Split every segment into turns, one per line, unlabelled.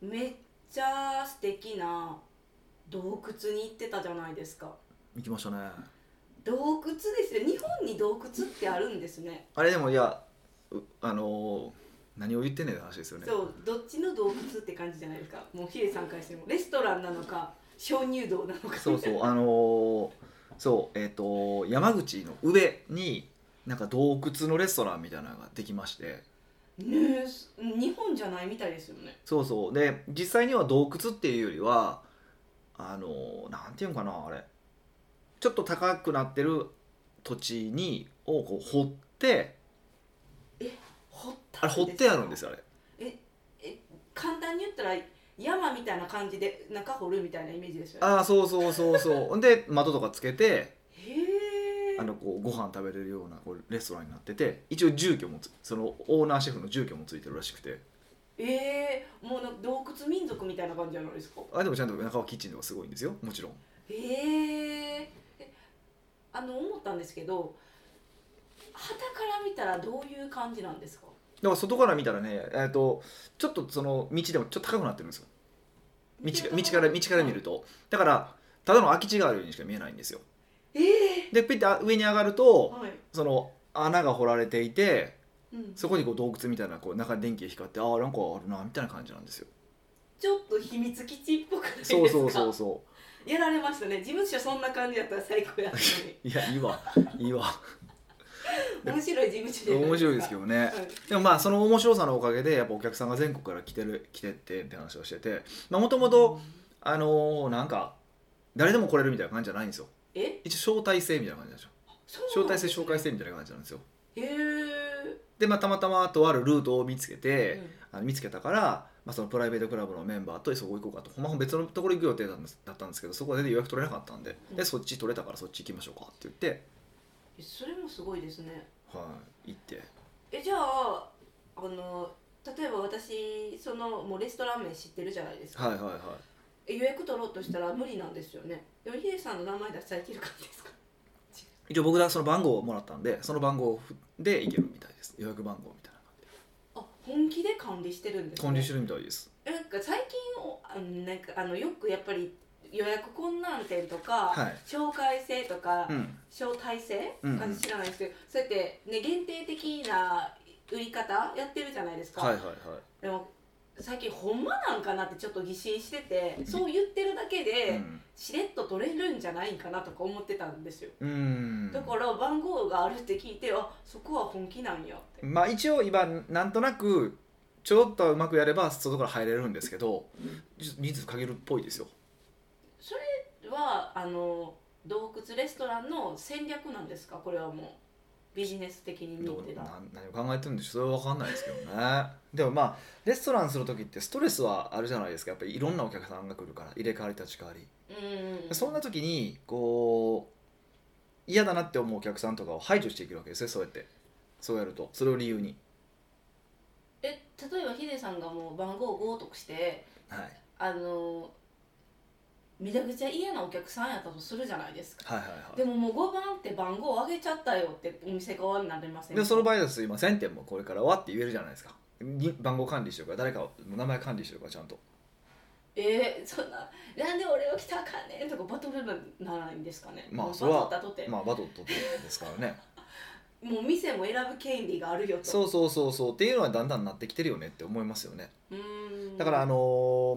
めっちゃ素敵な洞窟に行ってたじゃないですか
行きましたね
洞窟ですね日本に洞窟ってあるんですね
あれでもいやうあのー何を言ってんねんって話ですよね
そうどっちの洞窟って感じじゃないですかもうヒデさんからしてもレストランなのか鍾乳洞なのか
そうそうあのーそうえっ、と山口の上になんか洞窟のレストランみたいなのができまして
ねえす日本じゃないみたいですよね
そうそうで実際には洞窟っていうよりはあのーなんていうんかなあれちょっと高くなってる土地にをこう掘って
掘った
あれ掘ってあるんですよあれ
簡単に言ったら山みたいな感じで中掘るみたいなイメージですよね
ああそうそうそうそう で窓とかつけて
へえ
あのこうご飯食べれるようなこうレストランになってて一応住居もつそのオーナーシェフの住居もついてるらしくて
えー、もうなんか洞窟民族みたいな感じじゃないですか
あでもちゃんと中はキッチンとかすごいんですよもちろん
へーえあの思ったんですけど旗から見たらどういう感じなんですか
だから外から見たらね、えー、とちょっとその道でもちょっと高くなってるんですよ道が道から道から見るとだからただの空き地があるようにしか見えないんですよ
ええ
でピッて上に上がると
はい、
その穴が掘られていて
うん、
そこにこう洞窟みたいなこう中に電気が光ってああんかあるなみたいな感じなんですよ
ちょっと秘密基地っぽくないですか
そうそうそうそ
やられましたね事務所そんな感じだったら最高やったの
ういやいいわいいわ
に面白い事務所じゃない
面白いですけどね
はい
でもまあその面白さのおかげでやっぱお客さんが全国から来てる来てってって話をしててもともとあのーなんか誰でも来れるみたいな感じじゃないんですよ
え
一応招待制みたいな感じなんですよ
そう
招
なん
待
です
制
ね
紹介制みたいな感じなんですよ
へえ
で、まあ、たまたまとあるルートを見つけて、あの見つけたから、まあ、そのプライベートクラブのメンバーとそこ行こうかとほんま別のところ行く予定だったんですだったんですけどそこで予約取れなかったんで,、
う
で
ん
そっち取れたからそっち行きましょうかって言って、
それもすごいですね
はい、行って
えじゃああの例えば私そのもうレストラン名知ってるじゃないですか、
はいはいは
え予約取ろうとしたら無理なんですよねでもヒデさんの名前出されてる感じですか
い一応僕がその番号をもらったんでその番号で行けるみたいです予約番号みたいな感じ
あ本気で管理してるんで、
です混流し
る
てるみたいです
なんか最近おあのなんかあのよくやっぱり予約困難点とか、
はい
紹介制とか、
うん
招待制、
うんうん
あの知らないですけどそうやって、ね、限定的な売り方やってるじゃないですか、
はいはいはい
でも最近ほんまなんかなってちょっと疑心しててそう言ってるだけで、
うん
しれっと取れるんじゃないかなとか思ってたんですよ、
うん
だから番号があるって聞いてあそこは本気なんやって
まあ一応今なんとなくちょっとうまくやれば外から入れるんですけどちょっと人数限るっぽいですよ
はあの洞窟レストランの戦略なんですかこれはもうビジネス的に見
ど
て
う
た
な何を考えてるんでしょうそれは分かんないですけどねでもまあレストランする時ってストレスはあるじゃないですかやっぱりいろんなお客さんが来るから入れ替わり立ち替わり
うん
そんな時にこう嫌だなって思うお客さんとかを排除していけるわけですねそうやってそうやるとそれを理由に
え例えばヒデさんがもう番号を5として
はい
あのめちゃくちゃ嫌なお客さんやったとするじゃないですか
はいはいは
でももう5番って番号上げちゃったよってお店側になりませ
い
ん
でその場合だとすいませんってもうこれからはって言えるじゃないですかに番号管理してるから誰かを名前管理してるからちゃんと
えー、そんな「なんで俺は来たらあかんねん」とかバトルにならないんですかね
まあ
もう
それは
バトったとて、
まあバトットですからね
もう店も選ぶ権利があるよと
そうそうそうそうっていうのはだんだんなってきてるよねって思いますよね
うーん
だからあ
の
の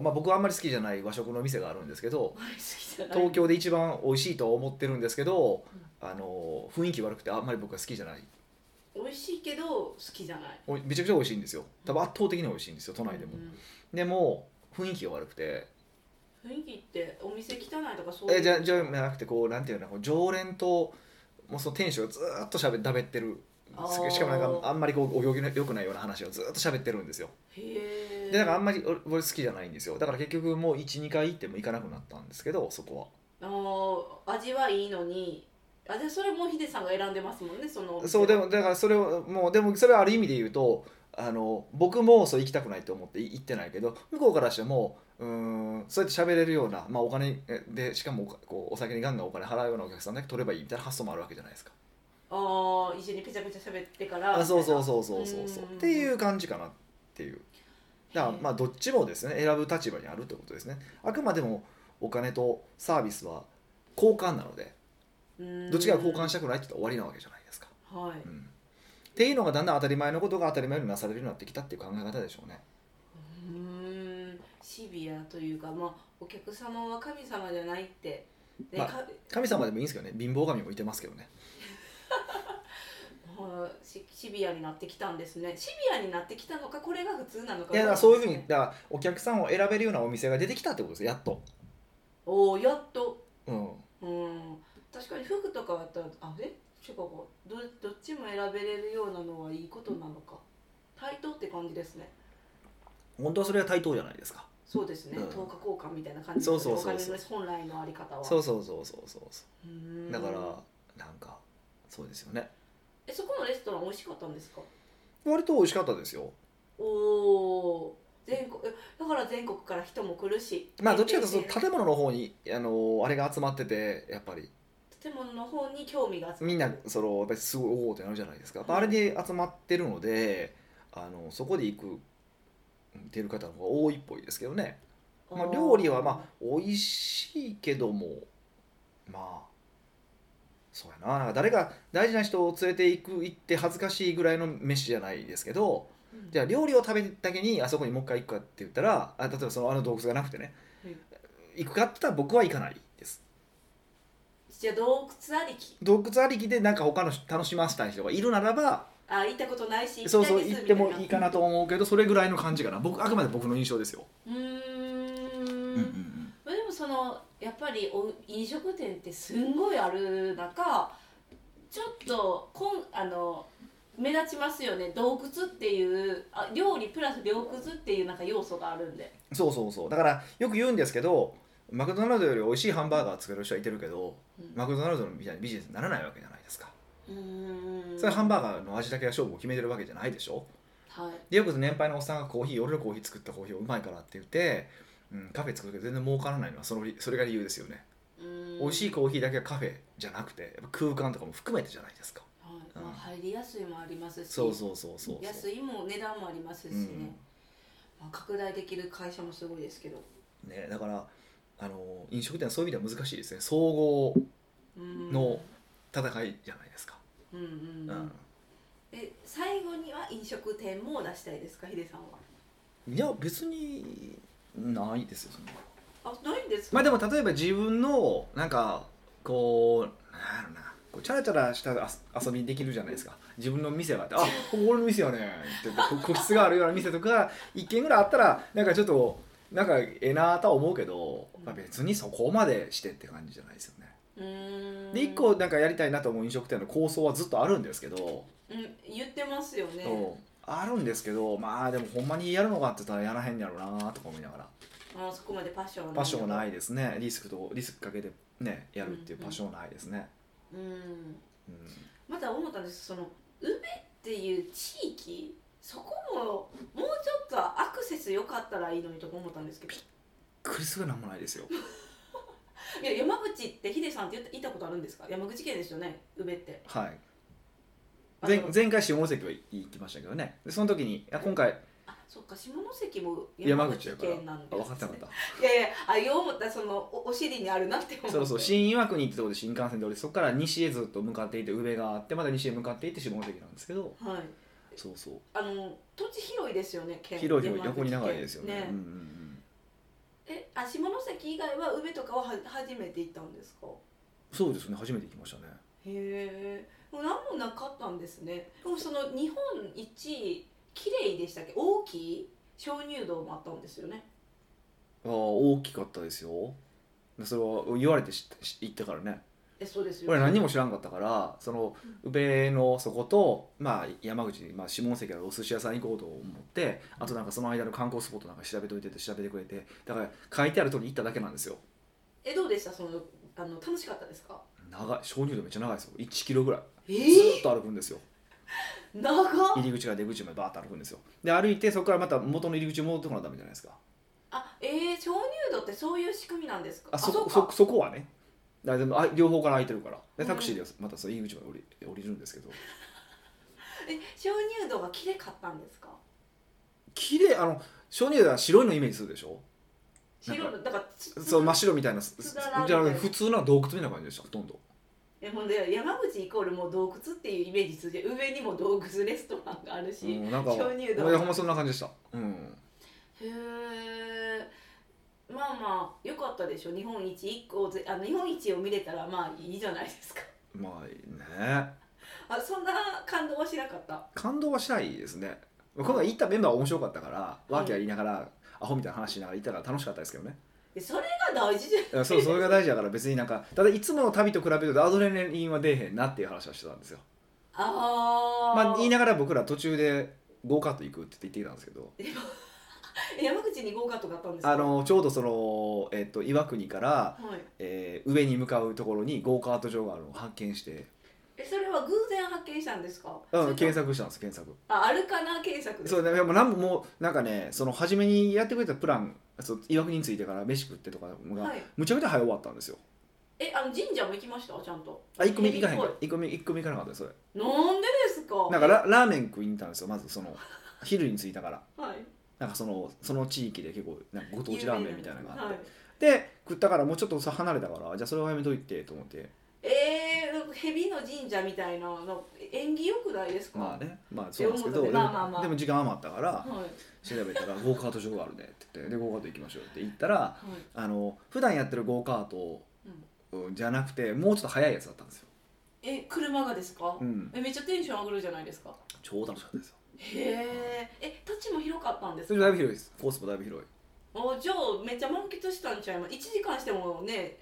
ーまあ、僕はあんまり好きじゃない和食の店があるんですけど
好きじゃない
東京で一番美味しいと思ってるんですけど、あのー雰囲気悪くてあんまり僕は好きじゃない
美味しいけど好きじゃない
おいめちゃくちゃ美味しいんですよ多分圧倒的に美味しいんですよ都内でも、
うん
でも雰囲気が悪くて
雰囲気ってお店汚いとかそういう
えじゃじゃなくてこうなんていうのこう常連ともうその店主がずーっとしゃべだべってる
あー
しかもなんかあんまりこうお行儀の良くないような話をずーっと喋ってるんですよ
へえ
でだからあんまり俺俺好きじゃないんですよだから結局もう12回行っても行かなくなったんですけどそこ
あの味はいいのにあでそれもヒデさんが選んでますもんねそのお
は
店
そうでもだからそれをもうでもそれはある意味で言うとあの僕もそう行きたくないと思ってい行ってないけど向こうからしてもうーんそうやって喋れるような、まあ、お金えでしかもおかこうお酒にガンガンお金払うようなお客さんだけ取ればいいみたいな発想もあるわけじゃないですか
ああ一緒にペチャペチャ喋ってから
あそうそう
う
そうそうそうそう
うん
っていう感じかなっていうだからまあどっちもですね選ぶ立場にあるってことですねあくまでもお金とサービスは交換なのでどっちかが交換したたくないって言ったら終わりなわけじゃないですか、
はい
うん、っていうのがだんだん当たり前のことが当たり前になされるようになってきたっていう考え方でしょうね
うーんシビアというかまあお客様は神様じゃないってで、
まあ
か
神様でもいいんですけどね貧乏神もいてますけどね
はいシシビアになってきたんですねシビアになってきたのかこれが普通なのか
いやだからそういうふうに
ね
だからお客さんを選べるようなお店が出てきたってことですやっと、
おおやっと
うん、
うん確かに服とかだったらあえ違うかどどっちも選べれるようなのはいいことなのか対等って感じですね
本当はそれが対等じゃないですか
そうですね、
うん
等価交換みたいな感じですね
そうそうそうそう
お金の本来のあり方は
そうそうそうそうそう
うーん
だからなんかそうですよね
えそこのレストラン美味しかったんですか
割と美味しかったですよ
おお全国えだから全国から人も来るし
まあどっちかというと
と
建物の方にあのあれが集まっててやっぱり
建物の方に興味が集まる
みんなそのやっぱりすごいおおってなるじゃないですか、やっぱあれで集まってるのであのそこで行く出る方の方が多いっぽいですけどね、まあ、料理はまあ美味しいけどもまあそうやななんか誰か大事な人を連れて行く行って恥ずかしいぐらいの飯じゃないですけど
あ、うん
じゃあ料理を食べただけにあそこにもう一回行くかって言ったらあ例えばそのあの洞窟がなくてね、行くかって言ったら僕は行かないです
じゃあ洞窟ありき
洞窟ありきでなんか他の楽しませたい人がいるならば
あ行ったことないし
そうそう
行きた
行っ
いです
てもいい
み
か
た
なと思うけどそれぐらいの感じかな僕あくまで僕の印象ですよ、
うーんまあでもそのやっぱりお飲食店ってすんごいある中ちょっとこんあの目立ちますよね洞窟っていうあ料理プラス洞窟っていうなんか要素があるんで
そうそうそうだからよく言うんですけどマクドナルドより美味しいハンバーガー作る人はいてるけど
うん
マクドナルドみたいにビジネスにならないわけじゃないですか
うーん
それはハンバーガーの味だけが勝負を決めてるわけじゃないでしょ
はい
でよく年配のおっさんがコーヒー俺のコーヒー作ったコーヒーうまいからって言って、うん、カフェ作るけど全然儲からないのはその理それが理由ですよね美
美
味しいコーヒーだけがカフェじゃなくてやっぱ空間とかも含めてじゃないですか
はい
うん
まあ、入りやすいもありますし
そうそうそうそうそう
安いも値段もありますしね、
うん
まあ、拡大できる会社もすごいですけど
ね、だからあの飲食店はそういう意味では難しいですね総合
うん
の戦いじゃないですか、
うんうん、
う
うんん、え最後には飲食店も出したいですかヒデさんはい
や別にないですよそんな
あないんですか、
まあでも例えば自分のなんかこうなんやろなこうチャラチャラしたあ遊びできるじゃないですか自分の店があって「あここ俺の店やねん」ってこ個室があるような店とか一軒ぐらいあったらなんかちょっとなんかええなとは思うけど、まあ、別にそこまでしてって感じじゃないですよね
うーん
で1個なんかやりたいなと思う飲食店の構想はずっとあるんですけど、
うん、言ってますよね
そうあるんですけどまあでもほんまにやるのかって言ったらやらへんやろうなとか思いながら
あそこまでパッションはない
パッションがないいですねリスクとリスクかけてねやるっていうパッションはないですね、
うん
うん
また思ったんですその梅っていう地域そこももうちょっとアクセス良かったらいいのにとか思ったんですけど
クリスがなんもないですよ
いや山口ってヒデさんって言った言ったことあるんですか山口県ですよね宇部って
はい
あ
前
の
前回下関は行きましたけどねでその時にいや今回
あそっか下関も
山口やから
山なん
あ
です、ね、
分かった分かっ
いやいやあよう思ったそのおお尻にあるなって思ったて
そうそう新岩国ってとこで新幹線で降りてそこから西へずっと向かっていって上があってまた西へ向かっていって下関なんですけど
はい
そうそう
あの土地広いですよね県
広い広い
山口
横
県
に長いですよねうんうんうん、
えあ下関以外は宇部とかはは初めて行ったんですか
そうですね初めて行きましたね
へえもう何もなかったんですねでもその日本一綺麗でしたっけ大きい鍾乳洞もあったんですよね
ああ大きかったですよそれは言われて知って知行ったからね
えそうですよ
俺何も知らんかったからその宇部のそこと、まあ、山口に、まあ、下関からお寿司屋さん行こうと思ってあとなんかその間の観光スポットなんか調べといてって調べてくれてだから書いてある通り行っただけなんですよ
えどうでしたそのあの楽しかったですか
長い鍾乳洞めっちゃ長いですよ1キロぐらい
え
ずーっと歩くんですよ
長っ
入り口から出口までバーッと歩くんですよで歩いてそこからまた元の入り口に戻ってこなダメじゃないですか
あえー、鍾乳洞ってそういう仕組みなんですか
あそこ
う
そ
か
そこはねだからでもあ両方から空いてるからで
うん
タクシーでまたその入り口まで降り降りるんですけど
え鍾乳洞がきれかったんですか
綺麗あの鍾乳洞は白いのイメージするでしょ
白のだからつ
そう真っ白みたいな
つららみ
じ
たい
ゃ
な
なくて普通の洞窟みたいな感じでしたほとんど
えほんで山口イコールもう洞窟っていうイメージするじゃん上にも洞窟レストランがあるし、
う
へ
んなんか
鍾乳洞
いやほんまそんな感じでしたうん
えまあまあよかったでしょ日本一一個ぜあの日本一を見れたらまあいいじゃないですか
まあね
あそんな感動はしなかった
感動はしないですね今回行ったメンバーは面白かったからワーキャー言いながら、アホみたいな話しながら行ったから楽しかったですけどね
えそれが大事じゃん
いやそうそれが大事だから別になんかただいつもの旅と比べるとアドレナリンは出えへんなっていう話はしてたんですよ
あー、
まあ言いながら僕ら途中でゴーカート行くって言ってきたんですけど
え山口に豪華とかあったんですか
あのちょうどその、えっと岩国から、
はい、
えー上に向かうところにゴーカート場があるのを発見して、
えそれは偶然発見したんですか、
う
それ
ん、
と
検索したんです検索
ああるかな検索です
そうでもなんももうなんかねその初めにやってくれたプランそう岩国についてから飯食ってとかが、
はい
むちゃくちゃ早終わったんですよ
えあの神社も行きましたちゃんと
あ一個目行かへんか
な
ら一個目一個目行かなかったですそれ
なんでですか
なんかララーメン食いに行ったんですよまずその昼に着いたから
はい
なんかそのその地域で結構なんかご当地ラーメンみたいなのがあって、
はい
で食ったからもうちょっとさ離れたからじゃあそれはやめといてと思って
えー、なんか蛇の神社みたいなの縁起よくないですか、
まあねまあそうなんですけど
読むので
でも
まあまあまあ
でも時間余ったから
はい、はい、
調べたらゴーカート場があるねって言ってでゴーカート行きましょうって言ったらあの普段やってるゴーカートうんじゃなくてもうちょっと早いやつだったんですよ、
え車がですか、
うん、
えめっちゃテンション上がるじゃないですか
超楽しかったですよ
へええ土地も広かったんです
それ
か
だいぶ広いですコースもだいぶ広い
おじゃあめっちゃ満喫したんちゃいます1時間してもね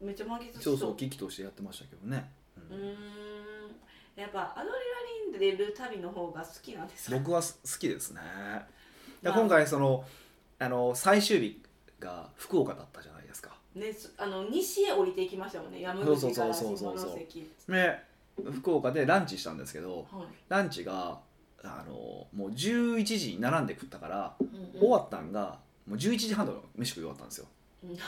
めっちゃ満喫し
そうそう危機としてやってましたけどね、うん
うーんやっぱアドレナリン出る旅の方が好きなんですか
僕はす好きですねで
まあ
今回そのあの最終日が福岡だったじゃないですか
ねそあの西へ降りていきましたもんね山口から下
そうそうそうそうそう
関
で福岡でランチしたんですけど
はい
ランチがあのもう11時に並んで食ったから、
うんうん
終わったんがもう11時半とか飯食い終わったんですよ
なんや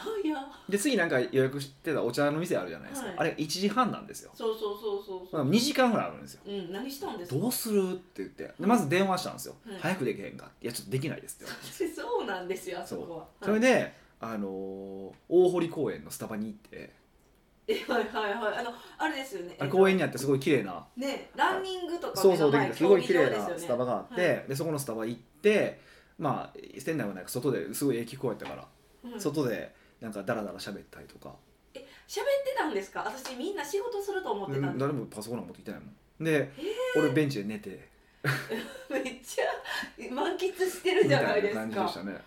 で次なんか予約してたお茶の店あるじゃないですか、
はい
あれ1時半なんですよ
そうそうそうそうそう、
2時間ぐらいあるんですよ
うん、何したんですか
どうするって言ってでまず電話したんですよ、
はい
早くできへんかいやちょっとできないですって言わ れて
そうなんですよあそこは
それ
はい、
で、あのー大堀公園のスタバに行って
えはいはいはいあのあれですよね
あ
え
れ
っと
公園にあってすごい綺麗な
ねランニングとか
そうそうでき
目の
た
前
すごい綺麗
競技場
な
ですよね
スタバがあって、でそこのスタバ行ってまあ店内はなんか外ですごい駅公園やったから、
うん
外でなんかダラダラ喋ったりとか、
喋ってたんですか私みんな仕事すると思ってたんで
誰もパソコンなんか持ってきてないもんで、俺ベンチで 寝て
めっちゃ満喫してる
み
じ
た
ゃない
い
で
な
す
感じで
か
したね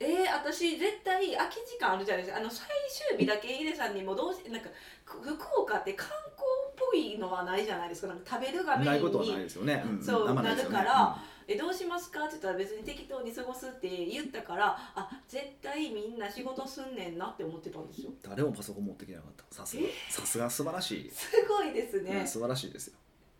えー、私絶対空き時間あるじゃないですかあの最終日だけヒデさんにもどうしなんかく福岡って観光っぽいのはないじゃないですかなんか食べるがメ
ない
イ
こと
ン
はない
に
ですよね、ん
そう
あんまいですよね
なるから「えどうしますか?」って言ったら別に適当に過ごすって言ったからあ絶対みんな仕事すんねんなって思ってたんですよ
うん誰もパソコン持ってきてなかったさすがさすが素晴らしい、
すごいですね、
うん素晴らしいですよ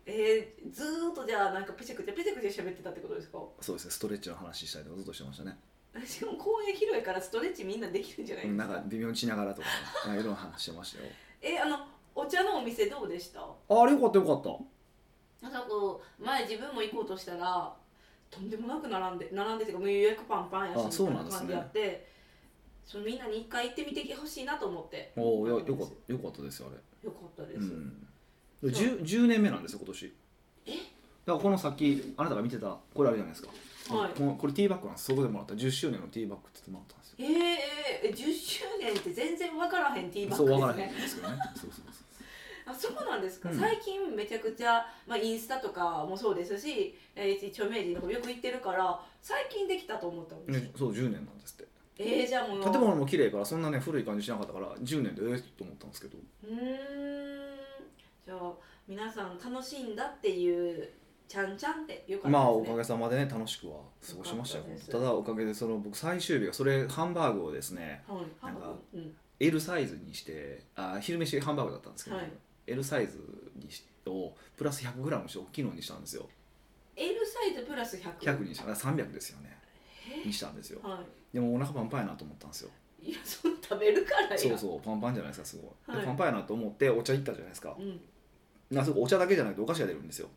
えー、ずーっとじゃあなんかペチャクチャペチャクチャ喋ってたってことですか
そうですねストレッチの話したりとかずっとしてましたね、
しかも公園広いからストレッチみんなできるんじゃないうで
ん
す
なん
か、
か微妙にしながらとか、ね、なんかいろんな話してましたよ
えあのお茶のお店どうでした
ああれよかったよか った
あそこ前自分も行こうとしたらとんでもなく並んで並んでてかもう予約パンパンやし
あそうなん
み
で
たい
す
感
ね
じやってそのみんなに一回行ってみてほしいなと思って
おおよ
よ
よ
か
か
っ
よかったですよあ
よかったで
れ、う
す、
ん、10, 10年目なんですよ今年
え
だからこの先あなたが見てたこれあるじゃないですか、
はい
このこれティーバッグなんですそこでもらった10周年のティーバッグって言ってもらったんですよ
えー、えー、10周年って全然分からへんティーバッ
そう分か
グ
ら
です
へん
ね
んですけどねそうそうそう
あそうなんですか、
うん
最近めちゃくちゃ、まあ、インスタとかもそうですし、えー、著名人とかもよく行ってるから最近できたと思ったんですよ
ね、そう10年なんですって
えー、じゃあもう
建物も綺麗からそんなね古い感じしなかったから10年でええと思ったんですけど
うーんじゃあ皆さん楽しんだっていうちゃんちゃんってよかったですね
まあおかげさまでね楽しくは過ごしましたよ
よかったです
ただおかげでその僕最終日がそれハンバーグをですね
はい
なんか
うん
L サイズにしてあ昼飯ハンバーグだったんですけど、
はい
L サイズにしをプラス 100g して大きいのにしたんですよ
L サイズプラス100
100にしたら300ですよねにしたんですよ
は
でもお腹パンパンやなと思ったんですよ
いいやその食べるからや
そうそうパンパンじゃないですかすごい、
はい
でパンパンやなと思ってお茶行ったじゃないですか
うん
なんかそこお茶だけじゃなくてお菓子が出るんですよ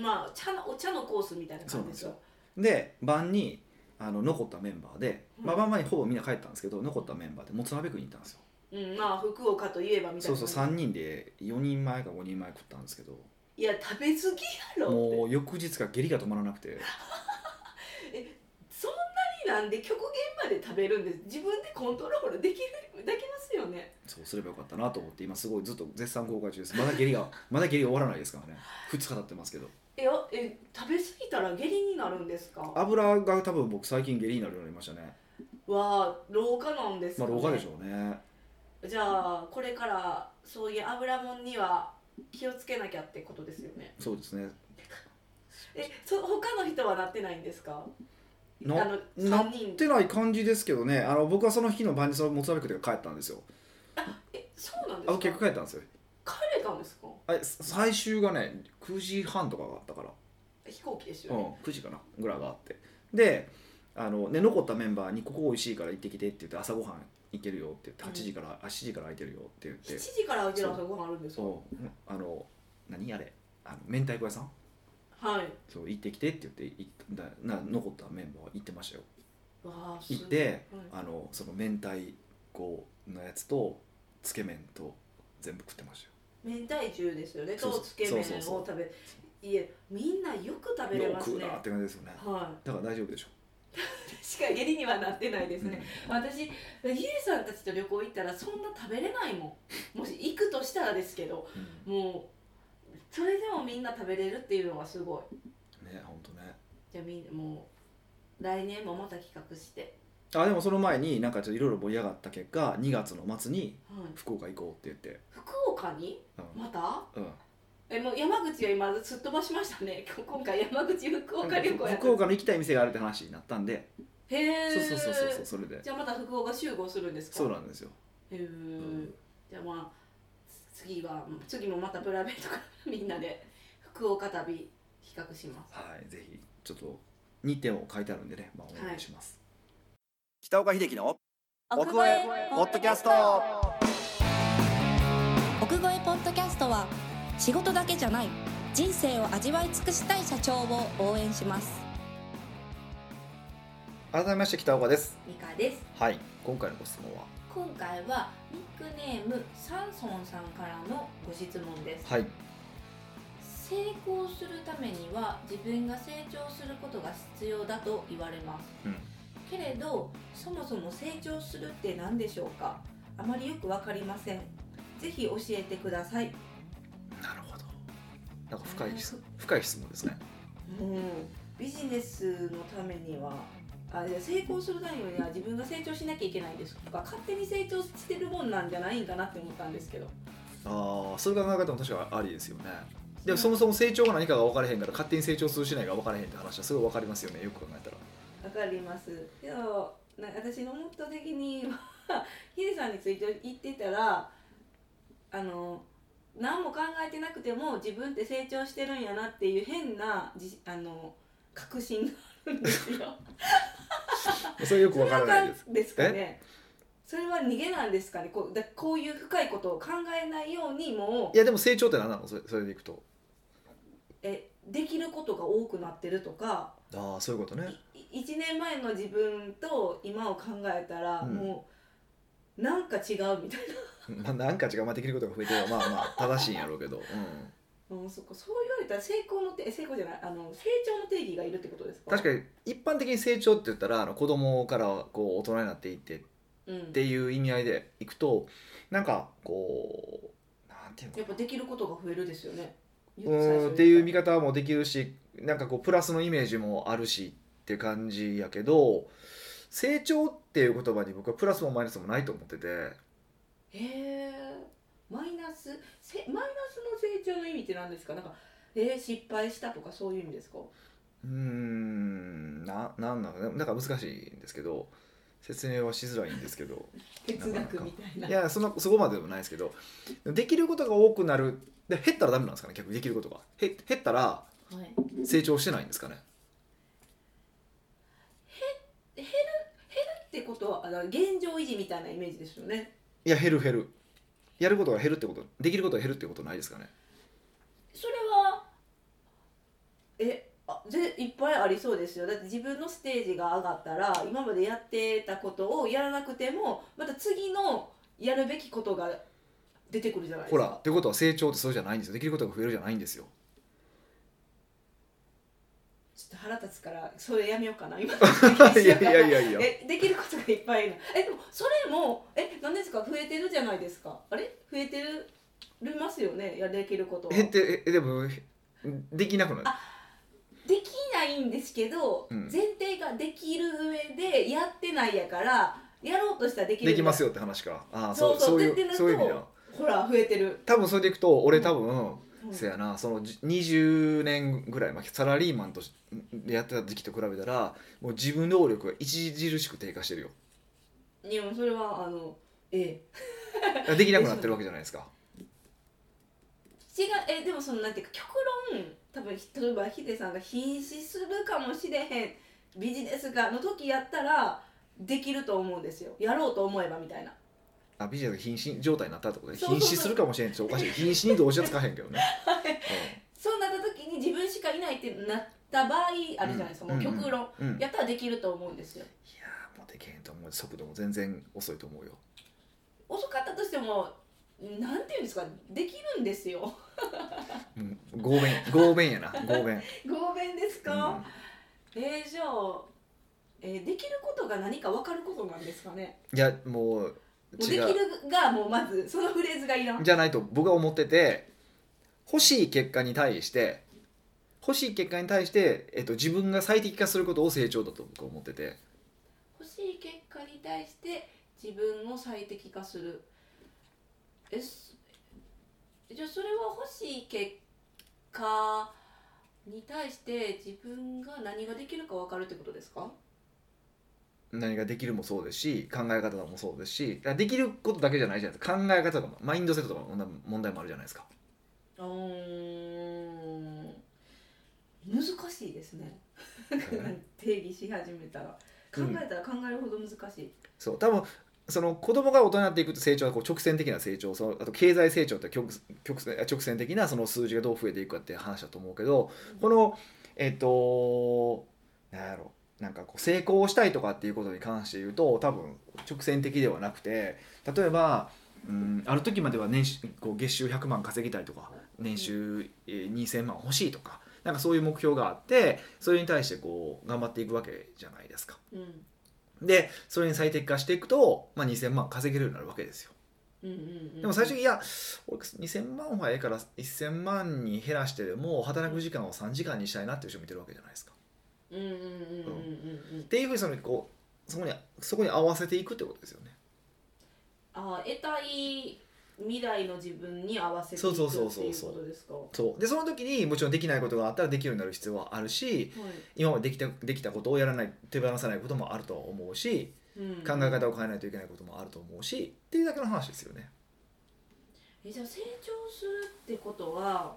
まあ茶のお茶のコースみたいな感じですよ
で晩にあの残ったメンバーで、まあ、
うん
まあまあほぼみんな帰ったんですけど残ったメンバーでもつ鍋食いに行ったんですよ
うん、まあ福岡といえばみたい
そう
な
そう3人で4人前か5人前食ったんですけど
いや食べ過ぎやろって
もう翌日から下痢が止まらなくて
そんなになんで極限まで食べるんです自分でコントロールできるできますよね
そうすればよかったなと思って今すごいずっと絶賛公開中ですまだ下痢が まだ下痢終わらないですからね2日経ってますけど
えあえ食べ過ぎたら下痢になるんですかわ
油が多分僕最近下痢になるようになりましたね
あ老化なんです
ま
か
あ
ね
老化でしょうね
じゃあこれからそういう油もんには気をつけなきゃってことですよね
そうですね
えそ他の人はなってないんですかあ
な
の
な
3
っ
人
てない感じですけどねあの僕はその日の晩にそのもつ鍋食って帰ったんですよ
えそうなんで
あ
すか
結局帰ったんですよ
帰れたんですか
あれ最終がね9時半とかがあったから
飛行機です
う
よ
ん
ね、、
9時かなぐらいがあってであの、ね、残ったメンバーに「ここ美味しいから行ってきて」って言って「朝ごはん行けるよ」って言って
うん
8時から、あ7時から空いてるよって言って
7時からうちの朝ごはんあるんですか
そうあの何あれあの明太子屋さん
はい
そう行ってきてって言って行ったなな残ったメンバーは行ってましたよ
わあす
行って、
ごいはい
あのその明太子のやつとつけ麺と全部食ってましたよ
明太重ですよね
そう
と
そう
つけ麺を
そうそう
食べいえみんなよく食べれ
よ
ま
く
す
食う
ね
なって感じですよね
は
だから大丈夫でしょ
い、しか下痢にはなってないですね、私ヒデさんたちと旅行行ったらそんな食べれないもんもし行くとしたらですけど
うん
もうそれでもみんな食べれるっていうのはすごい
うんね本当ね
じゃあみんなもう来年もまた企画して、
あでもその前になんかちょっといろいろ盛り上がった結果2月の末に
はい、
福岡行こうって言って、
福岡に
うん
また
うん
えもう山口は今すっ飛ばしましたね 今日今回山口福岡旅行やった
福岡の行きたい店があるって話になったんで、
へえ
そうそうそうそうそうそれで
じゃあまた福岡集合するんですか
そうなんですよ
へえ、
ん
じゃあまあつ次は次もまたプライベートからみんなで福岡旅企画します
はいぜひちょっと日程も書いてあるんでね、まあ、お願いします、
北岡秀樹の奥越えポッドキャスト
奥越えポッドキャストは仕事だけじゃない人生を味わい尽くしたい社長を応援します
改めまして北岡です
ミカです
はい今回のご質問は
今回はニックネームサンソンさんからのご質問です
はい
成功するためには自分が成長することが必要だと言われます
うん
けれどそもそも成長するって何でしょうかあまりよくわかりませんぜひ教えてください
なるほどなんか深い質深い質問ですね
うんビジネスのためにはあいや成功するためには自分が成長しなきゃいけないんですとか勝手に成長してるもんなんじゃないんかなって思ったんですけど
ああそういう考え方も確かありですよねでもそもそも成長が何かが分からへんから勝手に成長するしないが分からへんって話はすごい分かりますよねよく考え たら
わかりますでもな私のモットー的にはヒデさんについて言ってたらあの何も考えてなくても自分って成長してるんやなっていう変なじあの確信があるんですよ。
それよく
そ
分
れ
か
は
らないです
かんですかねそれは逃げなんですかねこうだこういう深いことを考えないようにも
いやでも成長って何なのそれそれでいくと
えできることが多くなってるとか
ああそういうことね
い1年前の自分と今を考えたら、
うん
もうなんか 違うみたい
まあ、なんか違う、まあ、できることが増えてればまあまあ正しいんやろうけど、うん、
なもうそこそう言われたら成功のて成功じゃないあの成長の定義がいるってことですか
確かに一般的に成長って言ったらあの子供からこう大人になっていってっ
に、うん、
ていう意味合いでいくとなんかこうなんていうの
やっぱできることが増えるですよね
うーんっていう見
方
方もできるしなんかこうプラスのイメージもあるしって感じやけど成長っていう言葉に僕はプラスもマイナスもないと思ってて
へえマイナスせマイナスの成長の意味って何ですかなんかえー失敗したとかそういう意味ですか
うーんななんなのなんか難しいんですけど説明はしづらいんですけど。
哲学みたいない
やそんなそこまででもないですけどできることが多くなるで減ったらダメなんですかね逆にできることがへ減ったら
はい、
成長してないんですかね
ってことはあの現状維持みたいなイメージですよね
いや減る減るやることが減るってことできることが減るってことないですかね
それはえあぜいっぱいありそうですよだって自分のステージが上がったら今までやってたことをやらなくてもまた次のやるべきことが出てくるじゃないです
ほ
から
ということは成長ってそうじゃないんですよできることが増えるじゃないんですよ
ちょっと腹立つからそれやめようかな今
いやいやいやいや
えできることがいっぱいいるえでもそれもえ何ですか増えてるじゃないですかあれ増えてるますよねいやできることは
減ってえでもできなくなる
できないんですけど、
うん
前提ができる上でやってないやからやろうとしたらできる
できますよって話かああ
そ
そうう
そ
そうう
で
い
ってな
う
る
そういう意味
と
だ
ほら増えてる、
多分それでいくと俺多分
うん
せやなそのじ20年ぐらいまあサラリーマンとしやってた時期と比べたらもう自分能力が著しく低下してるよ
いやもうそれはあのえ
だ からできなくなってるわけじゃないですか
え違うえでもそのなんていうか極論多分ひ例えばヒデさんが瀕死するかもしれへんビジネスがの時やったらできると思うんですよやろうと思えばみたいな
あビジネスが瀕死状態になったってことね
そうそう
瀕死するかもしれんっておかしい瀕死に同時はつかへんけどね、
そうなった時に自分しかいないってなった場合あるじゃないですか、
うん
もう極論、
うん、うんい
や
や
ったらできると思うんですよ
ーもうできへんと思う速度も全然遅いと思うよ
遅かったとしてもなんていうんですかできるんですよ
うん合弁合弁やな合弁、
ごめんです
うん、
か、えー、じゃあ、えーできることが何か分かることなんですかね
いやもう
もうでき
違
る
う
がもうまずそのフレーズがいらん
じゃないと僕は思ってて欲しい結果に対して欲しい結果に対して、えっと、自分が最適化することを成長だと僕は思ってて
欲しい結果に対して自分を最適化するえすじゃあそれは欲しい結果に対して自分が何ができるか分かるってことですか
何ができるもそうですし考え方もそうですしできることだけじゃないじゃないですか考え方とかもマインドセットとかの問題もあるじゃないですか
うーん難しいですね定義し始めたら考
うん
えたら考えるほど難しい、
そう多分その子供が大人になっていくと成長はこう直線的な成長そのあと経済成長って極極線直線的なその数字がどう増えていくかっていう話だと思うけどこのえっ、となんやろなんかこう成功したいとかっていうことに関して言うと多分直線的ではなくて例えばうんある時までは年収こう月収100万稼ぎたいとか年収えー2000万欲しいとかなんかそういう目標があってそれに対してこう頑張っていくわけじゃないですか。
うん
でそれに最適化していくと、まあ、2000万稼げるようになるわけですよ
うんうんうん、
でも最初にいや俺2000万はええから1000万に減らしてでも働く時間を3時間にしたいなっていう人もいてるわけじゃないですか
うんうんうんうんうんうん
っていうふうにそのこうそこにそこに合わせていくってことですよね
あー得たい未来の自分に合わせていく
そ
っ
う
てい
そううそ
こ
うそうそう
とですかは
そうでその時にもちろんできないことがあったらできるようになる必要はあるし今までできたできたことをやらない手放さないこともあるとは思うし
いうん、
考え方を変えないといけないこともあると思うしっていうだけの話ですよね
えじゃあ成長するってことは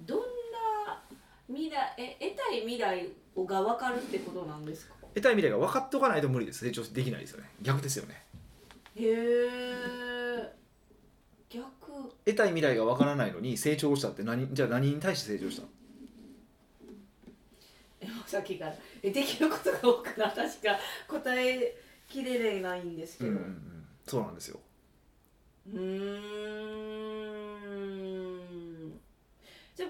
どんな未来え得たい未来が分かるってことなんですか
得たい未来が分かっておかないと無理です成長できないですよね逆ですよね
へえ逆
得たい未来がわからないのに成長したって何じゃあ何に対して成長したの
えさっきからえできることが多くな私が答えきれれないんですけどう
そうなんですよ
ーんじゃあ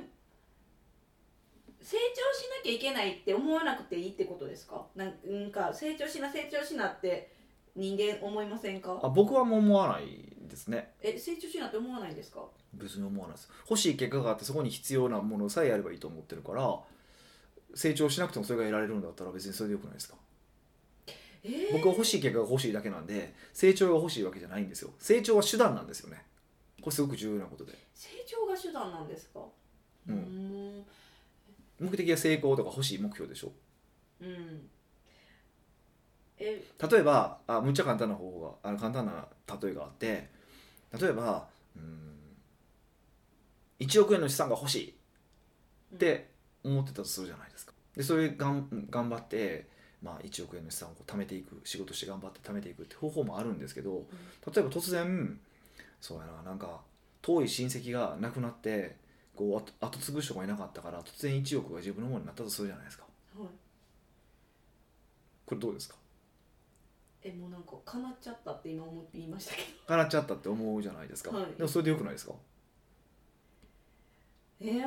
成長しなきゃいけないって思わなくていいってことですかなんなんか成長しな成長しなって人間思いません
あ
か
僕はもう思わないですね
え成長しなって思わないんですか
別に思わないです欲しい結果があってそこに必要なものさえやればいいと思ってるから成長しなくてもそれが得られるんだったら別にそれでよくないですか
えー、
僕は欲しい結果が欲しいだけなんで成長が欲しいわけじゃないんですよ成長は手段なんですよねこれすごく重要なことで
成長が手段なんですか
うん
ーん
目的は成功とか欲しい目標でしょ
うんえ
例えばあむっちゃ簡単な方法があの簡単な例えがあって例えばうーん1億円の資産が欲しいって思ってたとするじゃないですかでそれがん頑張って、まあ、1億円の資産をこう貯めていく仕事して頑張って貯めていくって方法もあるんですけど例えば突然そうやななんか遠い親戚が亡くなってここう後後継ぐ人がいなかったから突然1億が自分のものになったとするじゃないですか
はい
これどうですか
えもうなんか叶っちゃったって今思って言いましたけ
叶っちゃったって思うじゃないですか、
はい
でもそれでよくないですか
どえーうー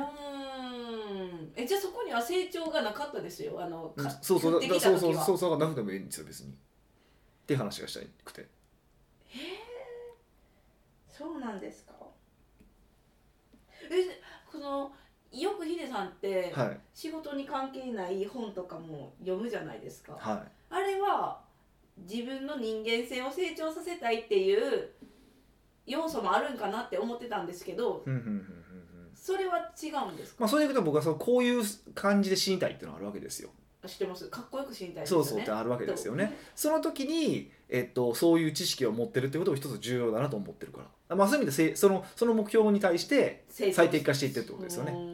んえじゃあそこには成長がなかったですよあの
うん
か
そうそう
買
だ
ってきた
そ
時
うそう
は
そうそうがなくてもいいんですよ別にって話がしたくて
そうなんですかえこのよくヒデさんって
はい
仕事に関係ない本とかも読むじゃないですか、
は
あれは自分の人間性を成長させたいっていう要素もあるんかなって思ってたんですけど
いふんふんふんふんふん
それは違うんですか
まあそういうこと僕はそのこういう感じで死にたいっていうのがあるわけですよ
知ってますかっこよく死にたいです
そ
よ
う
ね
そうってあるわけですよねその時に、えっと、そういう知識を持ってるってことも一つ重要だなと思ってるから、まあ、そういう意味でせそのその目標に対して
成長
最適化していってるってことですよね
うーん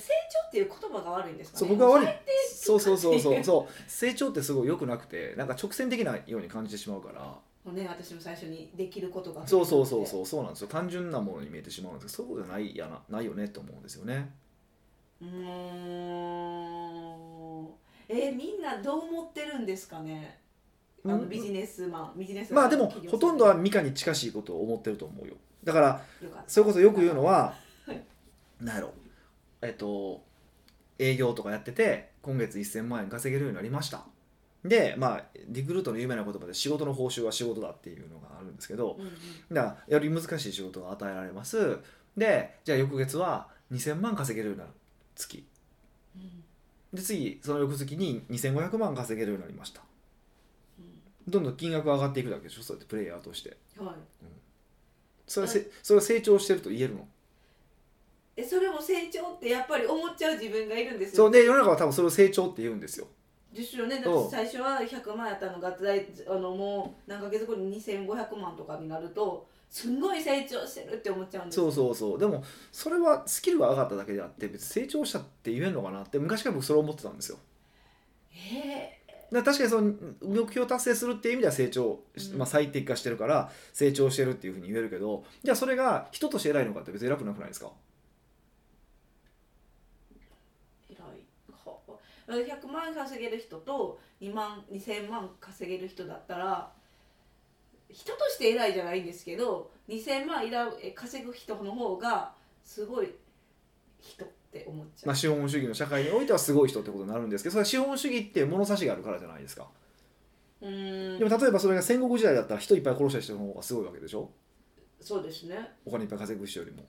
成長っていう言葉が悪いんですかね
そう僕は悪い
最低
そうそうそうそ うそう成長ってすごい良くなくてなんか直線的なように感じてしまうから
もうね私も最初にできることが
そうそうそう
う
そうそうなんですよ単純なものに見えてしまうんですけどそうじゃないやなないよねと思うんですよね
うーんえーみんなどう思ってるんですかねあの
うん
ビジネスマンビジネス
ま
マ
あ
ン
でも
企業さ
ほとんどはミカに近しいことを思ってると思うよだから
よかった
それこそよく言うのは
はい
なんやろえっと営業とかやってて今月1000万円稼げるようになりましたでまあリクルートの有名な言葉で仕事の報酬は仕事だっていうのがあるんですけど
うんうん
だからより難しい仕事が与えられますでじゃあ翌月は2000万稼げるような月
うん
で次その翌月に2500万稼げるようになりました
う
どんどん金額が上がっていくだけでしょそうやってプレイヤーとして
んはい
それはせ、それは成長してると言えるの
えそれも成長ってやっぱり思っちゃう自分がいるんです
そ
よ
うで世の中は多分それを成長って言うんですよ
ですよねだっ
そう
て最初は100万やったのが大あのもう何ヶ月後に2500万とかになるとすんごい成長してるって思っちゃうんです
そうそうそうでもそれはスキルが上がっただけであって別に成長したって言えるのかなって昔から僕それ思ってたんですよ
え
だから確かにその目標達成するっていう意味では成長し、
うん
まあ、最適化してるから成長してるっていうふうに言えるけどじゃあそれが人として偉いのかって別に偉くなくないですか
ー、偉いは100万稼げる人と2万2000万稼げる人だったら人として偉いじゃないんですけど2000万いらえ稼ぐ人の方がすごい人って思っちゃ
ま
う
あ、資本主義の社会においてはすごい人ってことになるんですけどそれは資本主義って物差しがあるからじゃないですか
うーん
でも例えばそれが戦国時代だったら人いっぱい殺した人の方がすごいわけでしょ
そうですね
お金いっぱい稼ぐ人よりも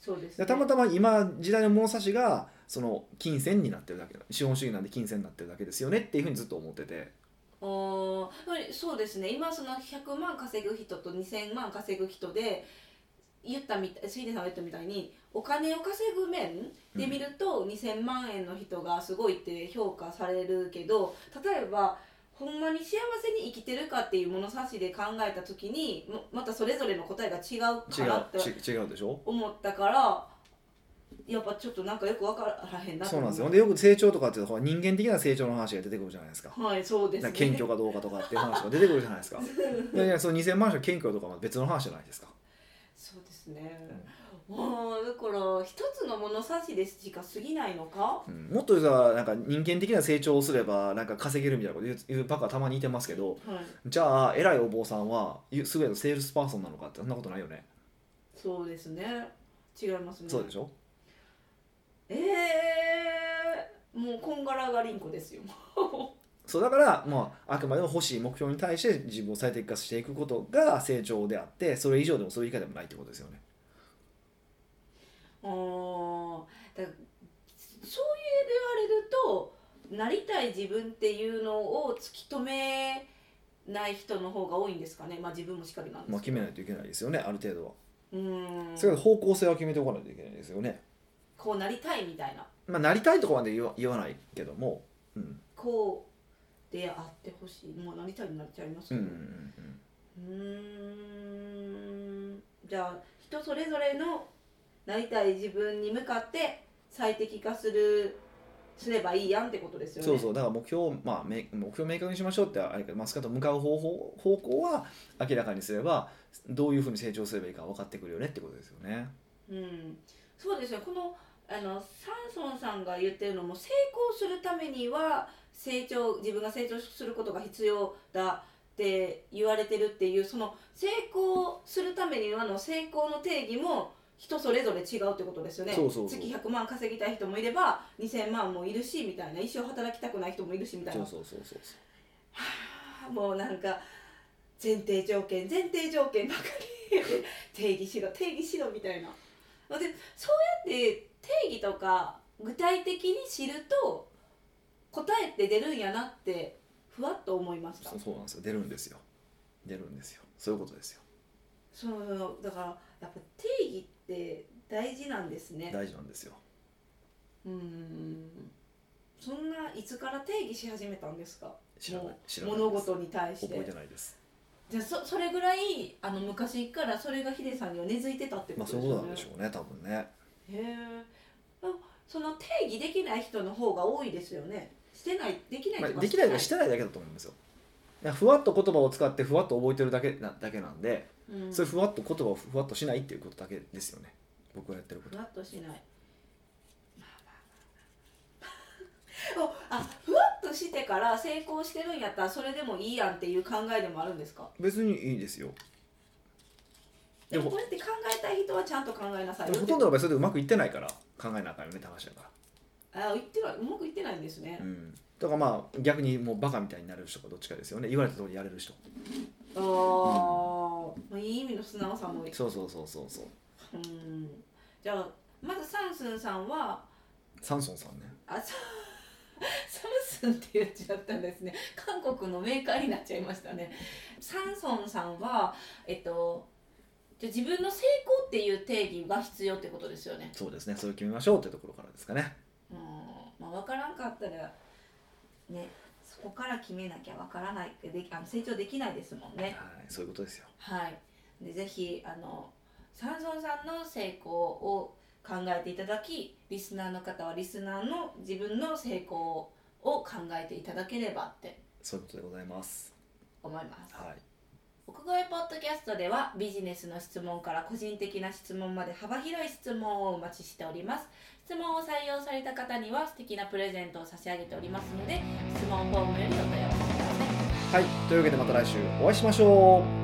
そうです
で
ね
たまたま今時代の物差しがその金銭になってるだけ資本主義なんで金銭になってるだけですよねっていうふうにずっと思ってて
おそうですね今その100万稼ぐ人と2000万稼ぐ人で言ったみたい杉田さんが言ったみたいにお金を稼ぐ面で見ると、2000万円の人がすごいって評価されるけど例えばほんまに幸せに生きてるかっていう物差しで考えた時にもまたそれぞれの答えが違う
違
かなって
うち違うでしょ
思ったからやっぱちょっとなんかよく分からへんなと
そうなん
思
ですよほんでよく成長とかっていうとほら人間的な成長の話が出てくるじゃないですか
はいそうです
だ
ね
から謙虚かどうかとかっていう話が出てくるじゃないで すかいやいやその2000万円の謙虚とかは別の話じゃないですか
そうですね、もうだから一つの物差しでしか過ぎないのか
うんもっと言うとなんか人間的な成長をすればなんか稼げるみたいなこと言う言うバカはたまにいてますけど
はい
じゃあ偉いお坊さんは優れたセールスパーソンなのかってそんなことないよね、
そうですね違いますね
そうでしょ
ええー、もうこんがらがりんこですよ
そうだから、まあ、あくまでも欲しい目標に対して自分を最適化していくことが成長であってそれ以上でもそれ以下でもないってことですよね。
あーだからそう言われるとなりたい自分っていうのを突き止めない人の方が多いんですかねまあ自分もしかりなんで
まあ、
すけ
決めないといけないですよねある程度は。
ど、うーん
それから方向性は決めておかないといけないですよね。
こうなりたいみたいな
まあ、なりたいとこまで言わ言わないけども、うん
こうであってほしいもうなりたいになっちゃいます
うん
よ
う
ね、
んうん
うーんじゃあ人それぞれのなりたい自分に向かって最適化するすればいいやんってことです
う
よ
ん、
ね。
そうそうだから目標を、まあ、め目標を明確にしましょうってあれだけどマスカット向かう方法方向は明らかにすればどういうふうに成長すればいいか分かってくるよねってことですよね。
ううん、そうですよこのあのサンソンさんが言ってるのも成功するためには成長自分が成長することが必要だって言われてるっていうその成功するためにはの成功の定義も人それぞれ違うってことですよね
そうそうそう
月100万稼ぎたい人もいれば2000万もいるしみたいな一生働きたくない人もいるしみたいな
そうそうそうそうそう
はあ もうなんか前提条件前提条件ばかり定義しろ定義しろみたいなでそうやって定義とか具体的に知ると答えって出るんやなってふわっと思いました
そうそうなんですよ出るんですよ出るんですよそういうことですよ
そのだからやっぱ定義って大事なんですね
大事なんですよ
うんそんないつから定義し始めたんですか
知らない
もう
知らない
物事に対して
覚えてないです
じゃあそそれぐらいあの昔からそれがヒデさんには根付いてたってこ
ま
と
あそういうことなんでしょうね多分ね
へえあその定義できない人の方が多いですよねしてないできない
ま
と
あ、
か
できないがし
して
ないだけだと思うんですよいやふわっと言葉を使ってふわっと覚えてるだけなだけなんで、
てないうん
それふわっと言葉をふわっとしないっていうことだけですよね僕がやってるこ
ふ
と
わっとしないまあまあまあまあ おあふわっとしてから成功してるんやったらそれでもいいやんっていう考えでもあるんですか
別にいいですよ
で
で
も
も
これって考えたい人はちゃんと考えなさい
で
よ
もほとんどの場合それでうまくいってないから考えなあかんよねって話だか
あ言ってないうまくいってないんですね
ら、う、ん、だからまあ逆にもうバカみたいになれる人かどっちかですよね言われた通りやれる人
あーまあいい意味の素直さも
そうそうそうそうそう
うんじゃあまずサンスンさんは
サンソンさんね
あサンサンスンって言っちゃったんですね 韓国のメーカーになっちゃいましたねサンソンさんはえっとじゃあ自分の成功っていう定義が必要ってことですよね
そうですねそれを決めましょうってところからですかね
うんまあ分からんかったらねそこから決めなきゃ分からないであの成長できないですもん
はい
ね
そういうことですよ
はい、でぜひあのサンソンさんの成功を考えていただきリスナーの方はリスナーの自分の成功を考えていただければって
そういうことでございます
思います
はい
奥越ポッドキャストではビジネスの質問から個人的な質問まで幅広い質問をお待ちしております質問を採用された方には素敵なプレゼントを差し上げておりますので質問フォームよりお問い合わせください
はいというわけでまた来週お会いしましょう